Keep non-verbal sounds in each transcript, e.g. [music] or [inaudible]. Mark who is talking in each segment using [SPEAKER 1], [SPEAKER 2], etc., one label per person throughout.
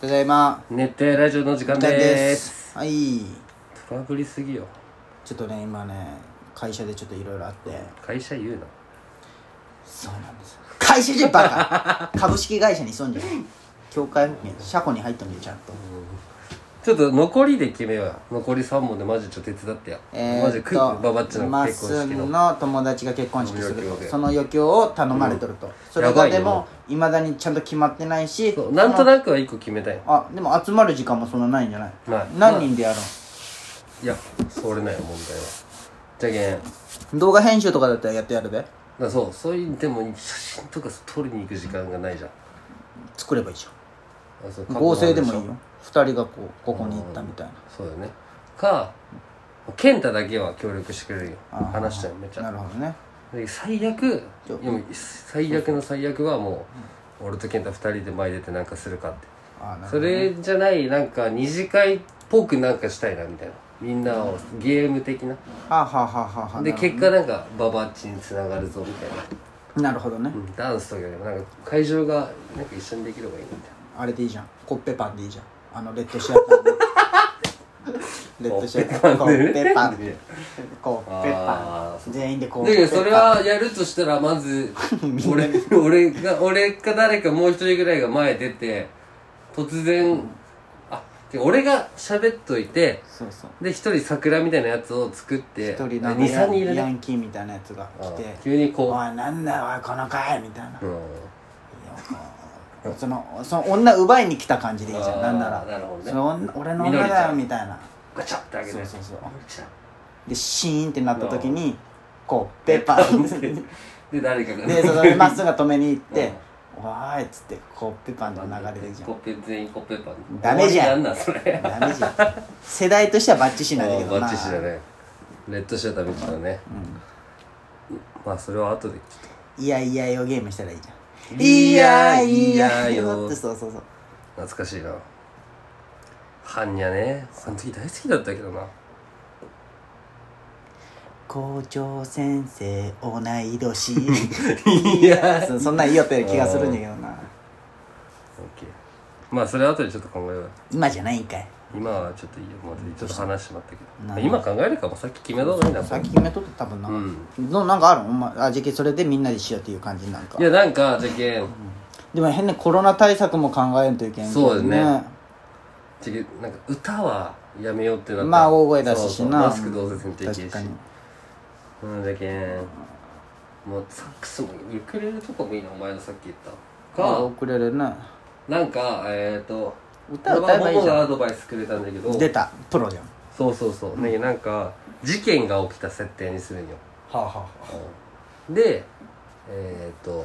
[SPEAKER 1] ただいま
[SPEAKER 2] 熱帯ラジオの時間
[SPEAKER 1] 大
[SPEAKER 2] で
[SPEAKER 1] ですすはい
[SPEAKER 2] トラブりすぎよ
[SPEAKER 1] ちょっとね今ね会社でちょっといろいろあって
[SPEAKER 2] 会社言うな
[SPEAKER 1] そうなんです会社じゃバカ
[SPEAKER 2] [laughs]
[SPEAKER 1] 株式会社に損じゃん協会保険車庫に入っとんじゃんちゃんと
[SPEAKER 2] ちょっと残りで決めようや残り3問でマジちょっと手伝ってや、マジ
[SPEAKER 1] ー
[SPEAKER 2] クックババッチの
[SPEAKER 1] マ
[SPEAKER 2] 結
[SPEAKER 1] ス
[SPEAKER 2] 婚式の
[SPEAKER 1] ンの友達が結婚式する
[SPEAKER 2] 余興
[SPEAKER 1] と
[SPEAKER 2] で
[SPEAKER 1] その余興を頼まれとると、それ
[SPEAKER 2] やば
[SPEAKER 1] が
[SPEAKER 2] いよ
[SPEAKER 1] でもいまだにちゃんと決まってないし
[SPEAKER 2] そうなんとなくは1個決めたい
[SPEAKER 1] あでも集まる時間もそんなないんじゃない、
[SPEAKER 2] ない
[SPEAKER 1] 何人でやろう、
[SPEAKER 2] いやそれなんよ問題はじゃけんだか
[SPEAKER 1] 動画編集とかだったらやってやるで
[SPEAKER 2] らそうそういうでも写真とか撮りに行く時間がないじゃん
[SPEAKER 1] 作ればいいじゃ
[SPEAKER 2] あそうん
[SPEAKER 1] 合成でも
[SPEAKER 2] 韓
[SPEAKER 1] いい
[SPEAKER 2] 国の
[SPEAKER 1] よ2人がこうここに行ったみたいな
[SPEAKER 2] 話そうだねか健太だけは協力してくれるよ
[SPEAKER 1] あー
[SPEAKER 2] 話したよめっちゃ
[SPEAKER 1] なるほどね
[SPEAKER 2] で最悪
[SPEAKER 1] ちょ
[SPEAKER 2] でも最悪の最悪はもう俺と健太2人で前出てなんかするかって
[SPEAKER 1] あなるほ
[SPEAKER 2] そ
[SPEAKER 1] どね
[SPEAKER 2] れじゃないなんか二次会っぽくなんかしたいなみたいなみんなをゲーム的な
[SPEAKER 1] はあ、はあはあはあはあ、
[SPEAKER 2] で
[SPEAKER 1] なる
[SPEAKER 2] 結果なんかババッチにつながるぞみたいな、
[SPEAKER 1] なるほどね、
[SPEAKER 2] うん、ダンスとかよりもなんか会場がなんか一緒にできればいいなみたいな
[SPEAKER 1] あれでいいじゃんコッペパンでいいじゃんあのレッドシアターの
[SPEAKER 2] [laughs]
[SPEAKER 1] レッドシアターのコッペパンコッペ
[SPEAKER 2] あ
[SPEAKER 1] パン全員でコッペパ
[SPEAKER 2] で
[SPEAKER 1] ン
[SPEAKER 2] それはやるとしたらま
[SPEAKER 1] [laughs]
[SPEAKER 2] ず俺俺が俺か誰かもう一人ぐらいが前出て突然あで俺が喋っといて
[SPEAKER 1] そうそう
[SPEAKER 2] で一人桜みたいなやつを作って
[SPEAKER 1] 一人
[SPEAKER 2] あ
[SPEAKER 1] の
[SPEAKER 2] 二三人いる
[SPEAKER 1] ヤ
[SPEAKER 2] ね
[SPEAKER 1] ンキーみたいなやつが来て
[SPEAKER 2] あ急に
[SPEAKER 1] 「
[SPEAKER 2] こう
[SPEAKER 1] おいなんだよおいこの会」みたいな、
[SPEAKER 2] う
[SPEAKER 1] そのその女奪いに来た感じでいいじゃん
[SPEAKER 2] あー
[SPEAKER 1] なんなら
[SPEAKER 2] なるほどね
[SPEAKER 1] その女俺の
[SPEAKER 2] みの
[SPEAKER 1] 女
[SPEAKER 2] りちゃ
[SPEAKER 1] だ
[SPEAKER 2] ん、
[SPEAKER 1] よみたいなん
[SPEAKER 2] ガチャって開けて
[SPEAKER 1] そうそうそう
[SPEAKER 2] 来た
[SPEAKER 1] でシーンってなった時にコッペパン
[SPEAKER 2] [laughs] で誰かが
[SPEAKER 1] でそれまっすぐが止めに行って「
[SPEAKER 2] う
[SPEAKER 1] わーい」っつってコッペパンと流れてるじゃ
[SPEAKER 2] コッペ全員コッペパン
[SPEAKER 1] ダメじゃん
[SPEAKER 2] なんなんそれ
[SPEAKER 1] んダメじゃん世代としてはバッチシなんだけど
[SPEAKER 2] バ
[SPEAKER 1] な
[SPEAKER 2] ッチシだねレッドシアター見てたね、まあそれは後で
[SPEAKER 1] いやいやよゲームしたらいいじゃん
[SPEAKER 2] い
[SPEAKER 1] い
[SPEAKER 2] や
[SPEAKER 1] や
[SPEAKER 2] い
[SPEAKER 1] い
[SPEAKER 2] や
[SPEAKER 1] や
[SPEAKER 2] よ
[SPEAKER 1] よってそうそうそう
[SPEAKER 2] 懐かしいなハンニャねあの時大好きだったけどな
[SPEAKER 1] 校長先生同い年
[SPEAKER 2] [laughs] いや
[SPEAKER 1] そそんなん言いよって気がするんだけどな
[SPEAKER 2] オッケーまあそれは後でちょっと考えよう
[SPEAKER 1] 今じゃないんかい
[SPEAKER 2] 今はちょっといいよまたちょっと話しまったけ
[SPEAKER 1] な
[SPEAKER 2] ど
[SPEAKER 1] る
[SPEAKER 2] 今考えるかもさっき決めた方がいいな
[SPEAKER 1] さっき決めとった多分な、のなんかあるお前あじゃけそれでみんなでしようっていう感じなんか
[SPEAKER 2] いやなんかじゃけん
[SPEAKER 1] でも変なコロナ対策も考えんといけんけど
[SPEAKER 2] そうだよねちげなんか歌はやめようってなった
[SPEAKER 1] まあ大声出すしな
[SPEAKER 2] そうそうマスクどうせせんといけんし
[SPEAKER 1] 確かに
[SPEAKER 2] うんだけんもうサックスもウクレレとかもいいなお前のさっき言ったか、
[SPEAKER 1] 遅れるね
[SPEAKER 2] なんかえっ、ー、と
[SPEAKER 1] 歌歌えばいい
[SPEAKER 2] 俺
[SPEAKER 1] じ
[SPEAKER 2] はママが
[SPEAKER 1] ゃ
[SPEAKER 2] ア
[SPEAKER 1] ん
[SPEAKER 2] ドバイスくれたんだけど
[SPEAKER 1] 出たプロじゃんは
[SPEAKER 2] そうそうそう、ねなんか事件が起きた設定にするんよ
[SPEAKER 1] あは
[SPEAKER 2] でえっ、ー、と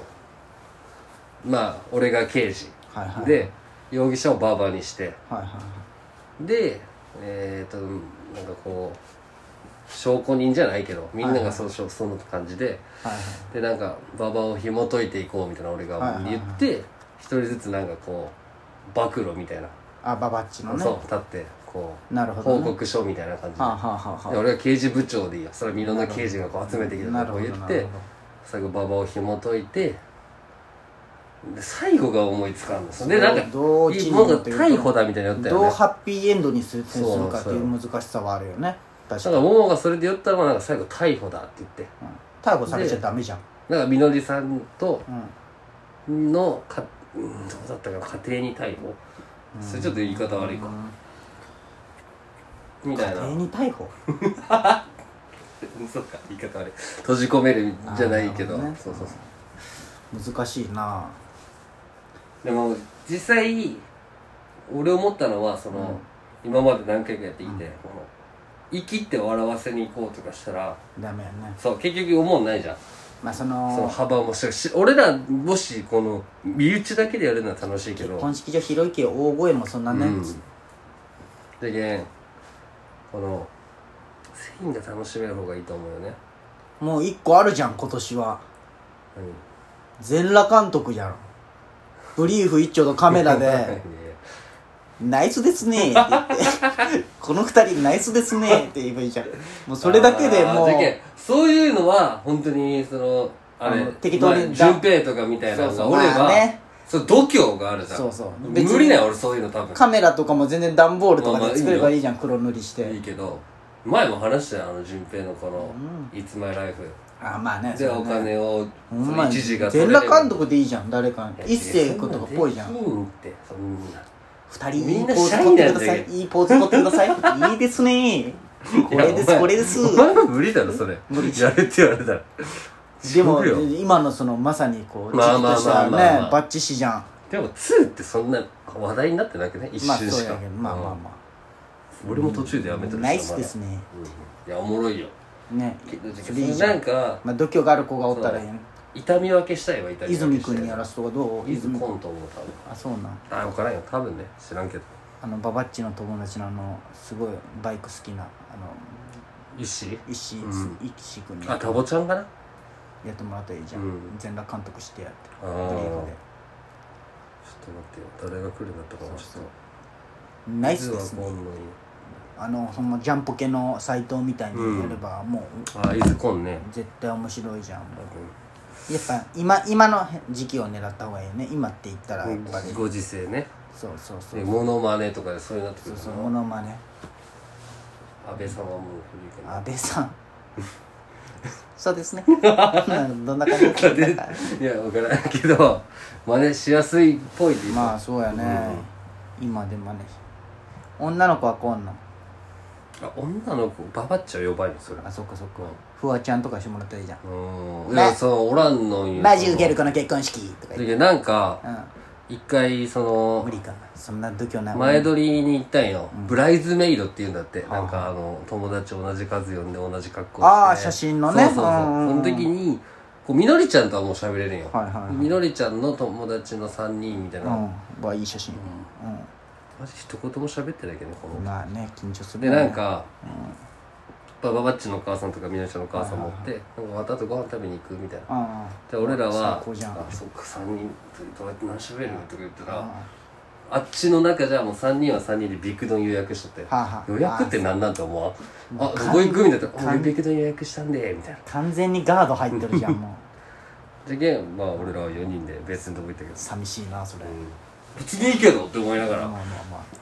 [SPEAKER 2] まあ俺が刑事、
[SPEAKER 1] あはいはい
[SPEAKER 2] で容疑者をバーバーにして
[SPEAKER 1] はいはいはい
[SPEAKER 2] でえっ、となんかこう証拠人じゃないけどみんながそう、その感じで
[SPEAKER 1] はい
[SPEAKER 2] でなんか馬場を紐解いていこうみたいな俺
[SPEAKER 1] はいはいは
[SPEAKER 2] が
[SPEAKER 1] い
[SPEAKER 2] 言って一人ずつなんかこう暴露みたいな、
[SPEAKER 1] あババッチのね
[SPEAKER 2] そう立ってこう
[SPEAKER 1] なるほど
[SPEAKER 2] 報
[SPEAKER 1] ね
[SPEAKER 2] 告書みたいな感じで,、
[SPEAKER 1] はあはあはあ
[SPEAKER 2] で
[SPEAKER 1] は
[SPEAKER 2] 俺が刑事部長でいいよそれはみろんな刑事がこう集めてきた
[SPEAKER 1] なる
[SPEAKER 2] と
[SPEAKER 1] ほ
[SPEAKER 2] こう
[SPEAKER 1] ど
[SPEAKER 2] 言っ
[SPEAKER 1] な
[SPEAKER 2] て
[SPEAKER 1] るほど
[SPEAKER 2] 最後馬場を紐解いてで最後が思いつかんのですよで
[SPEAKER 1] そう
[SPEAKER 2] なんか
[SPEAKER 1] どう
[SPEAKER 2] いいもうなんか逮捕だみたいなのやった
[SPEAKER 1] どう
[SPEAKER 2] よね
[SPEAKER 1] ハッピーエンドにするするかっていう難しさはあるよね確
[SPEAKER 2] だ
[SPEAKER 1] か
[SPEAKER 2] か
[SPEAKER 1] に
[SPEAKER 2] ら桃がそれで言ったらなんか最後逮捕だって言って
[SPEAKER 1] うん逮捕されちゃダメじゃん
[SPEAKER 2] なんかみのりさんと
[SPEAKER 1] うん
[SPEAKER 2] のかうんどうだったかな家庭に逮捕それちょっと言い方悪いかみた
[SPEAKER 1] 家
[SPEAKER 2] いな
[SPEAKER 1] 庭に逮捕
[SPEAKER 2] そうか言い方悪い閉じ込めるじゃないけど
[SPEAKER 1] あーなるほどね
[SPEAKER 2] そうそうそう
[SPEAKER 1] 難しいな
[SPEAKER 2] でも実際俺思ったのはその、今まで何回かやってきて、この生きって笑わせに行こうとかしたら
[SPEAKER 1] ダメやね
[SPEAKER 2] そう結局思うないじゃん
[SPEAKER 1] まあそ
[SPEAKER 2] その
[SPEAKER 1] の
[SPEAKER 2] 幅もしし俺らもしこの身内だけでやるのは楽しいけ
[SPEAKER 1] 結
[SPEAKER 2] ど
[SPEAKER 1] 婚式場広いけ大声もそんなね
[SPEAKER 2] うん、でけんこの繊維が楽しめる方がいいと思うよね
[SPEAKER 1] もう一個あるじゃん今年は
[SPEAKER 2] 何
[SPEAKER 1] 全裸監督じゃんブリーフ一丁のカメラ
[SPEAKER 2] [laughs]
[SPEAKER 1] で「ナイスですね」って言って「この二人ナイスですね」って言えばいいじゃんもうそれだけでもう
[SPEAKER 2] あーじゃけんそういうのは本当にそのあ
[SPEAKER 1] あ
[SPEAKER 2] れ
[SPEAKER 1] の適当に
[SPEAKER 2] まあ順平とかみたいなのがおれば、
[SPEAKER 1] まあね
[SPEAKER 2] そう度胸があるじゃん
[SPEAKER 1] そうそう
[SPEAKER 2] 無理だよ俺そういうの多分
[SPEAKER 1] カメラとかも全然段ボールとか
[SPEAKER 2] まあまあ
[SPEAKER 1] で作ればいいじゃん黒塗りして
[SPEAKER 2] いいけど前も話したよあの順平のこの「It's My Life
[SPEAKER 1] あまあね」
[SPEAKER 2] で
[SPEAKER 1] そう
[SPEAKER 2] お
[SPEAKER 1] ね
[SPEAKER 2] 金を
[SPEAKER 1] ほんまに
[SPEAKER 2] 一時が
[SPEAKER 1] 全
[SPEAKER 2] れ
[SPEAKER 1] 裸監督でいいじゃん誰か一星君とかっぽいじゃ
[SPEAKER 2] そ
[SPEAKER 1] ん
[SPEAKER 2] なできんってそんな
[SPEAKER 1] 二人
[SPEAKER 2] み
[SPEAKER 1] い
[SPEAKER 2] ん
[SPEAKER 1] い
[SPEAKER 2] な
[SPEAKER 1] ポ
[SPEAKER 2] シ
[SPEAKER 1] ーズ
[SPEAKER 2] ャイ
[SPEAKER 1] 撮って
[SPEAKER 2] なん
[SPEAKER 1] くだ
[SPEAKER 2] だ
[SPEAKER 1] さ
[SPEAKER 2] よ
[SPEAKER 1] いいいポーズ撮ってくださ
[SPEAKER 2] [laughs]
[SPEAKER 1] いいいですねこれで
[SPEAKER 2] い
[SPEAKER 1] す
[SPEAKER 2] やお前
[SPEAKER 1] これです
[SPEAKER 2] お前は無理だろそれ
[SPEAKER 1] 無理
[SPEAKER 2] やれって言われたら
[SPEAKER 1] でも
[SPEAKER 2] 無理よ
[SPEAKER 1] 今のそのまさにこう時
[SPEAKER 2] まあ
[SPEAKER 1] 期
[SPEAKER 2] まあ
[SPEAKER 1] としてはね
[SPEAKER 2] まあまあまあ
[SPEAKER 1] バッチシじゃん
[SPEAKER 2] でも2ってそんな話題になってなくね一
[SPEAKER 1] まあ
[SPEAKER 2] 瞬
[SPEAKER 1] そう
[SPEAKER 2] し
[SPEAKER 1] や
[SPEAKER 2] か
[SPEAKER 1] けどまあまあ
[SPEAKER 2] うん
[SPEAKER 1] ま
[SPEAKER 2] 俺も途中でやめて
[SPEAKER 1] あ
[SPEAKER 2] る
[SPEAKER 1] ナイスです
[SPEAKER 2] ね
[SPEAKER 1] ね
[SPEAKER 2] いやおもろいよ
[SPEAKER 1] ねそれいいじゃん
[SPEAKER 2] なんか
[SPEAKER 1] まあ度胸がある子がおったらいいね
[SPEAKER 2] 痛み分けしたいわ痛み分
[SPEAKER 1] 泉
[SPEAKER 2] けしたい
[SPEAKER 1] 君にやらすとかどう
[SPEAKER 2] いず
[SPEAKER 1] 泉
[SPEAKER 2] コ
[SPEAKER 1] 君
[SPEAKER 2] ントも多分
[SPEAKER 1] あそうなん
[SPEAKER 2] あ分からんよ多分ね知らんけど
[SPEAKER 1] あのババッチの友達のあのすごいバイク好きなあの
[SPEAKER 2] 石
[SPEAKER 1] 石井
[SPEAKER 2] うん
[SPEAKER 1] 石井君にや
[SPEAKER 2] あタボちゃんかな
[SPEAKER 1] ってもらったらいいじゃ
[SPEAKER 2] うんん
[SPEAKER 1] 全裸監督してやって
[SPEAKER 2] あ
[SPEAKER 1] ブリ
[SPEAKER 2] ー
[SPEAKER 1] ーフで
[SPEAKER 2] ちょっと待ってよ誰が来るんだったかもちょっと
[SPEAKER 1] ナイスです
[SPEAKER 2] 伊豆は
[SPEAKER 1] ね
[SPEAKER 2] 来んのに
[SPEAKER 1] あのほんまジャンポケの斎藤みたいにやればも
[SPEAKER 2] あ伊豆コンね
[SPEAKER 1] う絶対面白いじゃんやっぱ今今の時期を狙った方がいいよね今って言ったらやっぱり
[SPEAKER 2] ご時世ね
[SPEAKER 1] そうそうそう
[SPEAKER 2] ねモノマネとかでそういうなってく
[SPEAKER 1] そ
[SPEAKER 2] る
[SPEAKER 1] うそう
[SPEAKER 2] から
[SPEAKER 1] モノマネ
[SPEAKER 2] 安倍さんはもう古いか
[SPEAKER 1] 安倍さ
[SPEAKER 2] [laughs]
[SPEAKER 1] んそうですねうんどんな感じだった
[SPEAKER 2] [laughs] らだっていや分からんけど真似しやすいっぽいって言って
[SPEAKER 1] まあそうやね今でもね女の子はこんなん
[SPEAKER 2] あ女の子ババッチは呼ばいのそれ
[SPEAKER 1] あそっかそっか
[SPEAKER 2] うん
[SPEAKER 1] フワちゃんとかしてもらったらいいじゃん
[SPEAKER 2] うんい
[SPEAKER 1] ま
[SPEAKER 2] やそのおらんのに
[SPEAKER 1] マジ受ける子の結婚式とか言って
[SPEAKER 2] でなんか
[SPEAKER 1] う
[SPEAKER 2] 一回そ
[SPEAKER 1] ん
[SPEAKER 2] の
[SPEAKER 1] 無理かそんな度胸ない
[SPEAKER 2] 前撮りに行ったんよ、ブライズメイドっていうんだって、なんかあの友達同じ数呼んで同じ格好して
[SPEAKER 1] あー写真のね
[SPEAKER 2] そうそうそう、
[SPEAKER 1] うんうんうん
[SPEAKER 2] その時にこうみのりちゃんとはもう喋れるんよ、
[SPEAKER 1] はいはいはい
[SPEAKER 2] みのりちゃんの友達の3人みたいな、
[SPEAKER 1] うんわいい写真
[SPEAKER 2] マジ一言も喋ってないけどねこ
[SPEAKER 1] うん
[SPEAKER 2] の
[SPEAKER 1] まあね緊張する
[SPEAKER 2] で
[SPEAKER 1] よね
[SPEAKER 2] なんか、バババッチのお母さんとかみのりちゃんのお母さん持って、なんかまたとご飯食べに行くみたいな、
[SPEAKER 1] うんうん
[SPEAKER 2] で俺らは
[SPEAKER 1] 最高じゃん
[SPEAKER 2] あそっか3人どうやって何喋るのとか言ったら、
[SPEAKER 1] は
[SPEAKER 2] あっちの中じゃもう3人は3人でビッグ丼予約しとって、
[SPEAKER 1] あはあ
[SPEAKER 2] 予約って何なんて思わんあ
[SPEAKER 1] かん
[SPEAKER 2] どこ行くみたいな「
[SPEAKER 1] かん
[SPEAKER 2] 俺ビッグ丼予約したんで」みたいな
[SPEAKER 1] 完全にガード入ってるじゃんもう
[SPEAKER 2] じゃけんまあ俺らは4人で別のとこ行ったけど
[SPEAKER 1] 寂しいなそれま
[SPEAKER 2] 別にいいけどって思いなが
[SPEAKER 1] あ
[SPEAKER 2] ら、
[SPEAKER 1] まあまあ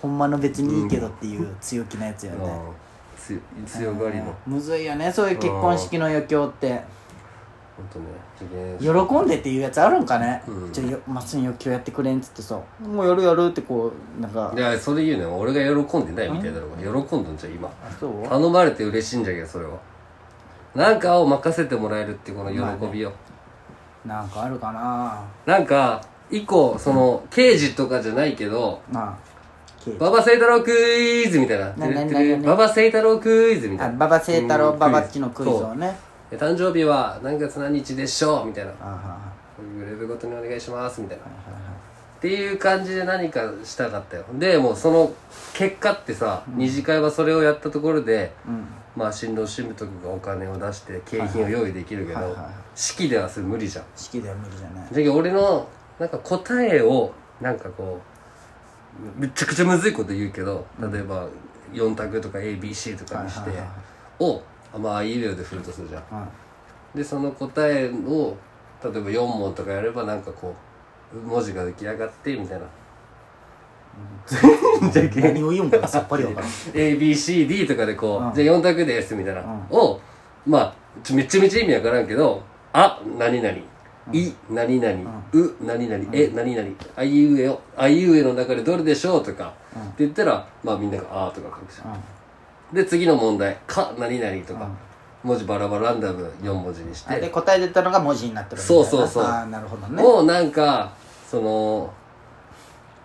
[SPEAKER 1] ほんまの別にいいけどっていう強気なやつよね
[SPEAKER 2] うんつ強がりの
[SPEAKER 1] むずいよねそういう結婚式の余興って
[SPEAKER 2] ほんとねじゃけん
[SPEAKER 1] 喜んでっていうやつあるんかね
[SPEAKER 2] うん
[SPEAKER 1] じゃあよまっすぐ余興やってくれんっつってさもうやるやるってこうなんか
[SPEAKER 2] いやそれ言うね俺が喜んでないみたいだろ喜んどんじゃん今
[SPEAKER 1] あそう
[SPEAKER 2] 頼まれて嬉しいんじゃけどそれはなんかを任せてもらえるってこの喜びを、
[SPEAKER 1] なんかあるかな
[SPEAKER 2] なんか以降その刑事とかじゃないけど、
[SPEAKER 1] まあケーキ
[SPEAKER 2] ババ誠太郎クイズみたいな。
[SPEAKER 1] なななな
[SPEAKER 2] ババ誠太郎クイズみた
[SPEAKER 1] あ
[SPEAKER 2] いな。
[SPEAKER 1] 馬場清太
[SPEAKER 2] う
[SPEAKER 1] 郎
[SPEAKER 2] ん
[SPEAKER 1] 馬場っちのクイズを。
[SPEAKER 2] そう
[SPEAKER 1] ね
[SPEAKER 2] え誕生日は何月何日でしょうみたいな。
[SPEAKER 1] あはは
[SPEAKER 2] グループごとにお願いしますみたいな。っ
[SPEAKER 1] はいはいはい
[SPEAKER 2] ていう感じで何かしたかったよ。で、もうその結果ってさ、二次会はそれをやったところで、
[SPEAKER 1] うん
[SPEAKER 2] まあ新郎新婦とかがお金を出して景品を用意できるけ
[SPEAKER 1] はいは
[SPEAKER 2] ど
[SPEAKER 1] いはい、
[SPEAKER 2] 式ではそれ無理じゃん。
[SPEAKER 1] 式では無理じゃない
[SPEAKER 2] じゃあ俺のなんか答えをなんかこうめちゃくちゃむずいこと言うけど例えば4択とか ABC とかにして
[SPEAKER 1] はいはいはい
[SPEAKER 2] をまああいうえおで振るとするじゃん
[SPEAKER 1] は
[SPEAKER 2] でその答えを例えば4問とかやればなんかこう文字が出来上がってみたいない
[SPEAKER 1] 何を言うんかがさっぱりわからん
[SPEAKER 2] ABCD とかでこう、
[SPEAKER 1] うん
[SPEAKER 2] じゃあ4択ですみたいな、
[SPEAKER 1] うん
[SPEAKER 2] をまあちょめちゃめちゃ意味わからんけど「あ何々」い、何々、う、何々、え、何々、あいうえお、あいうえの中でどれでしょうとか、
[SPEAKER 1] うん
[SPEAKER 2] って言ったら、まあみんなが、あーとか書くじゃん。
[SPEAKER 1] う
[SPEAKER 2] で、次の問題、か、何々とか、文字バラバラランダム4文字にし
[SPEAKER 1] んで
[SPEAKER 2] て、
[SPEAKER 1] 答え出たのが文字になってるみたい
[SPEAKER 2] そ
[SPEAKER 1] な
[SPEAKER 2] うそうそう
[SPEAKER 1] ああなるほどね
[SPEAKER 2] をなんか、その、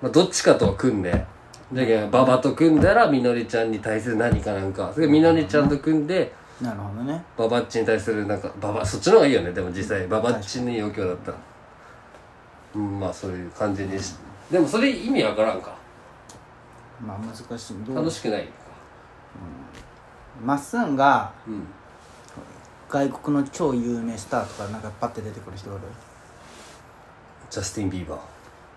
[SPEAKER 2] まあどっちかとは組んで、じゃけん、ババと組んだら、みのりちゃんに対する何かなんか、それみのりちゃんと組んで、
[SPEAKER 1] なるほどね
[SPEAKER 2] ババッチに対するなんかババそっちの方がいいよねでも実際ババッチの要求だったらうんまあそういう感じにしでもそれ意味わからんか
[SPEAKER 1] まあ難しいど
[SPEAKER 2] 楽
[SPEAKER 1] う
[SPEAKER 2] しくないか
[SPEAKER 1] まっすんが
[SPEAKER 2] うん
[SPEAKER 1] 外国の超有名スターとかなんかパッて出てくる人おる
[SPEAKER 2] ジャスティン・ビーバー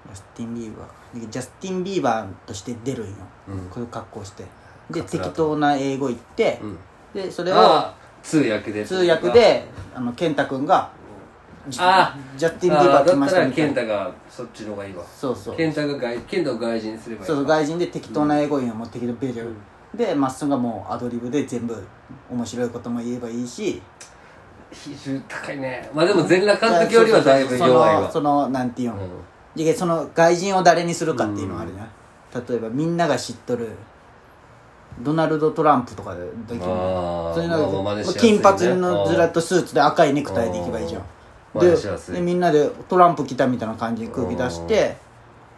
[SPEAKER 1] ジャスティン・ビーバージャスティン・ビーバーとして出るんよ、
[SPEAKER 2] うん
[SPEAKER 1] こういう格好してで
[SPEAKER 2] カツラ
[SPEAKER 1] 適
[SPEAKER 2] と
[SPEAKER 1] 当な英語言って、
[SPEAKER 2] うん
[SPEAKER 1] でそれを
[SPEAKER 2] ああ通訳で
[SPEAKER 1] 通訳であの健太君が「ジ
[SPEAKER 2] あ
[SPEAKER 1] ジャスティン・ビーバー来
[SPEAKER 2] あだ
[SPEAKER 1] ま
[SPEAKER 2] っ
[SPEAKER 1] したた
[SPEAKER 2] ら
[SPEAKER 1] みた
[SPEAKER 2] 健
[SPEAKER 1] いな
[SPEAKER 2] 太がそっちの方がいいわ
[SPEAKER 1] そうそう
[SPEAKER 2] 健太が外健太を外人にすればいい
[SPEAKER 1] そうそう外人で適当な英語音を持ってきてベル、でまっすぐがもうアドリブで全部面白いことも言えばいいし
[SPEAKER 2] 比重高いねまあでも全裸監督よりはだいぶ弱いわ
[SPEAKER 1] そのそのなんていうの、でその外人を誰にするかっていうのはあるな、例えばみんなが知っとるドナルド・トランプとかでできる
[SPEAKER 2] あー
[SPEAKER 1] そういうの
[SPEAKER 2] まあまあ真似しやすいね
[SPEAKER 1] 金髪のずらっとスーツで赤いネクタイでいけばいいじゃん
[SPEAKER 2] うん真似しやす
[SPEAKER 1] で
[SPEAKER 2] い
[SPEAKER 1] でみんなでトランプ来たみたいな感じに空気出して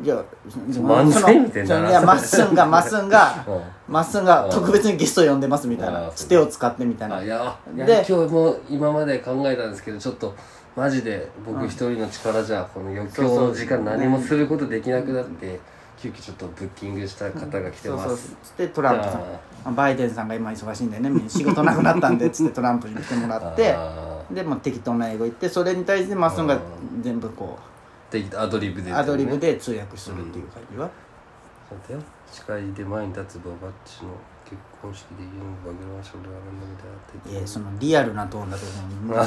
[SPEAKER 1] じゃあその
[SPEAKER 2] 漫才みたいだ
[SPEAKER 1] そ
[SPEAKER 2] な
[SPEAKER 1] のいやまっすんがまっすんがまっすんが
[SPEAKER 2] うん
[SPEAKER 1] 特別にゲスト呼んでますみたい
[SPEAKER 2] あ
[SPEAKER 1] な
[SPEAKER 2] ー
[SPEAKER 1] つてを使ってみたいな
[SPEAKER 2] あいやいや
[SPEAKER 1] で
[SPEAKER 2] 今日も今まで考えたんですけどちょっとマジで僕一人の力じゃこの余興の時間何もすることできなくなって急遽ちょっとブッキングした方が来て
[SPEAKER 1] そう
[SPEAKER 2] ま
[SPEAKER 1] そう
[SPEAKER 2] す
[SPEAKER 1] つってトランプさんあバイデンさんが今忙しいんだよね仕事なくなったん
[SPEAKER 2] [laughs]
[SPEAKER 1] でつってトランプに来てもら
[SPEAKER 2] あ
[SPEAKER 1] って
[SPEAKER 2] ー
[SPEAKER 1] でもう適当な英語言ってそれに対してマッスンが
[SPEAKER 2] うん
[SPEAKER 1] 全部こ
[SPEAKER 2] でアドリブで
[SPEAKER 1] うアドリブで通訳するっていう感じは
[SPEAKER 2] 待ってよ誓いで前に立つババッチの結婚式で言うのバグランショルダーなんだみ
[SPEAKER 1] い
[SPEAKER 2] たいな
[SPEAKER 1] やそのリアルなトーンだと思
[SPEAKER 2] あ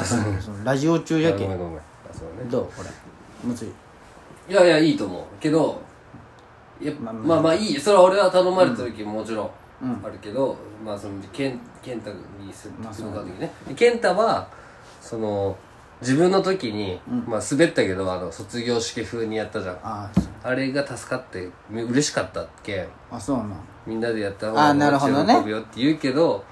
[SPEAKER 1] うそのラジオ中やけ
[SPEAKER 2] [laughs] あごめん
[SPEAKER 1] ん
[SPEAKER 2] ごめんあそうだね
[SPEAKER 1] どうこれむずい
[SPEAKER 2] いやいやいいと思うけどいや
[SPEAKER 1] ま
[SPEAKER 2] ま
[SPEAKER 1] あま
[SPEAKER 2] あ
[SPEAKER 1] あ
[SPEAKER 2] まあいいそれは俺は頼まれた時ももちろん
[SPEAKER 1] うん
[SPEAKER 2] あるけど、まあその健健太にする
[SPEAKER 1] まあ
[SPEAKER 2] す
[SPEAKER 1] そう
[SPEAKER 2] るかの時ねで健太はその自分の時に、まあ滑ったけどあの卒業式風にやったじゃん
[SPEAKER 1] あーそう
[SPEAKER 2] あれが助かってめ嬉しかったっけ
[SPEAKER 1] あそうなん
[SPEAKER 2] みんなでやった方
[SPEAKER 1] あ
[SPEAKER 2] が
[SPEAKER 1] なるほどね
[SPEAKER 2] 喜ぶよって言うけど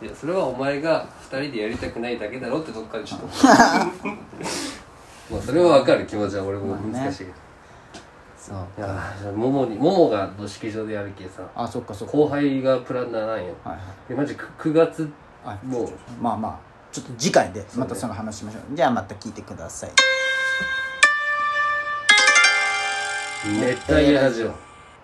[SPEAKER 2] いやそれはお前が二人でやりたくないだけだろってどっかでちょっ
[SPEAKER 1] [laughs]
[SPEAKER 2] と [laughs] まあそれはわかる気持ちは俺も難しいけど、
[SPEAKER 1] そう
[SPEAKER 2] いやーももにももがの式場でやるけさ
[SPEAKER 1] あそっかそっか
[SPEAKER 2] 後輩がプランナーなんよ
[SPEAKER 1] はいはい
[SPEAKER 2] でマジく9月
[SPEAKER 1] あ
[SPEAKER 2] もう
[SPEAKER 1] まあまあちょっと次回でまたその話しましょうじゃあまた聞いてください
[SPEAKER 2] 熱帯夜ラジオ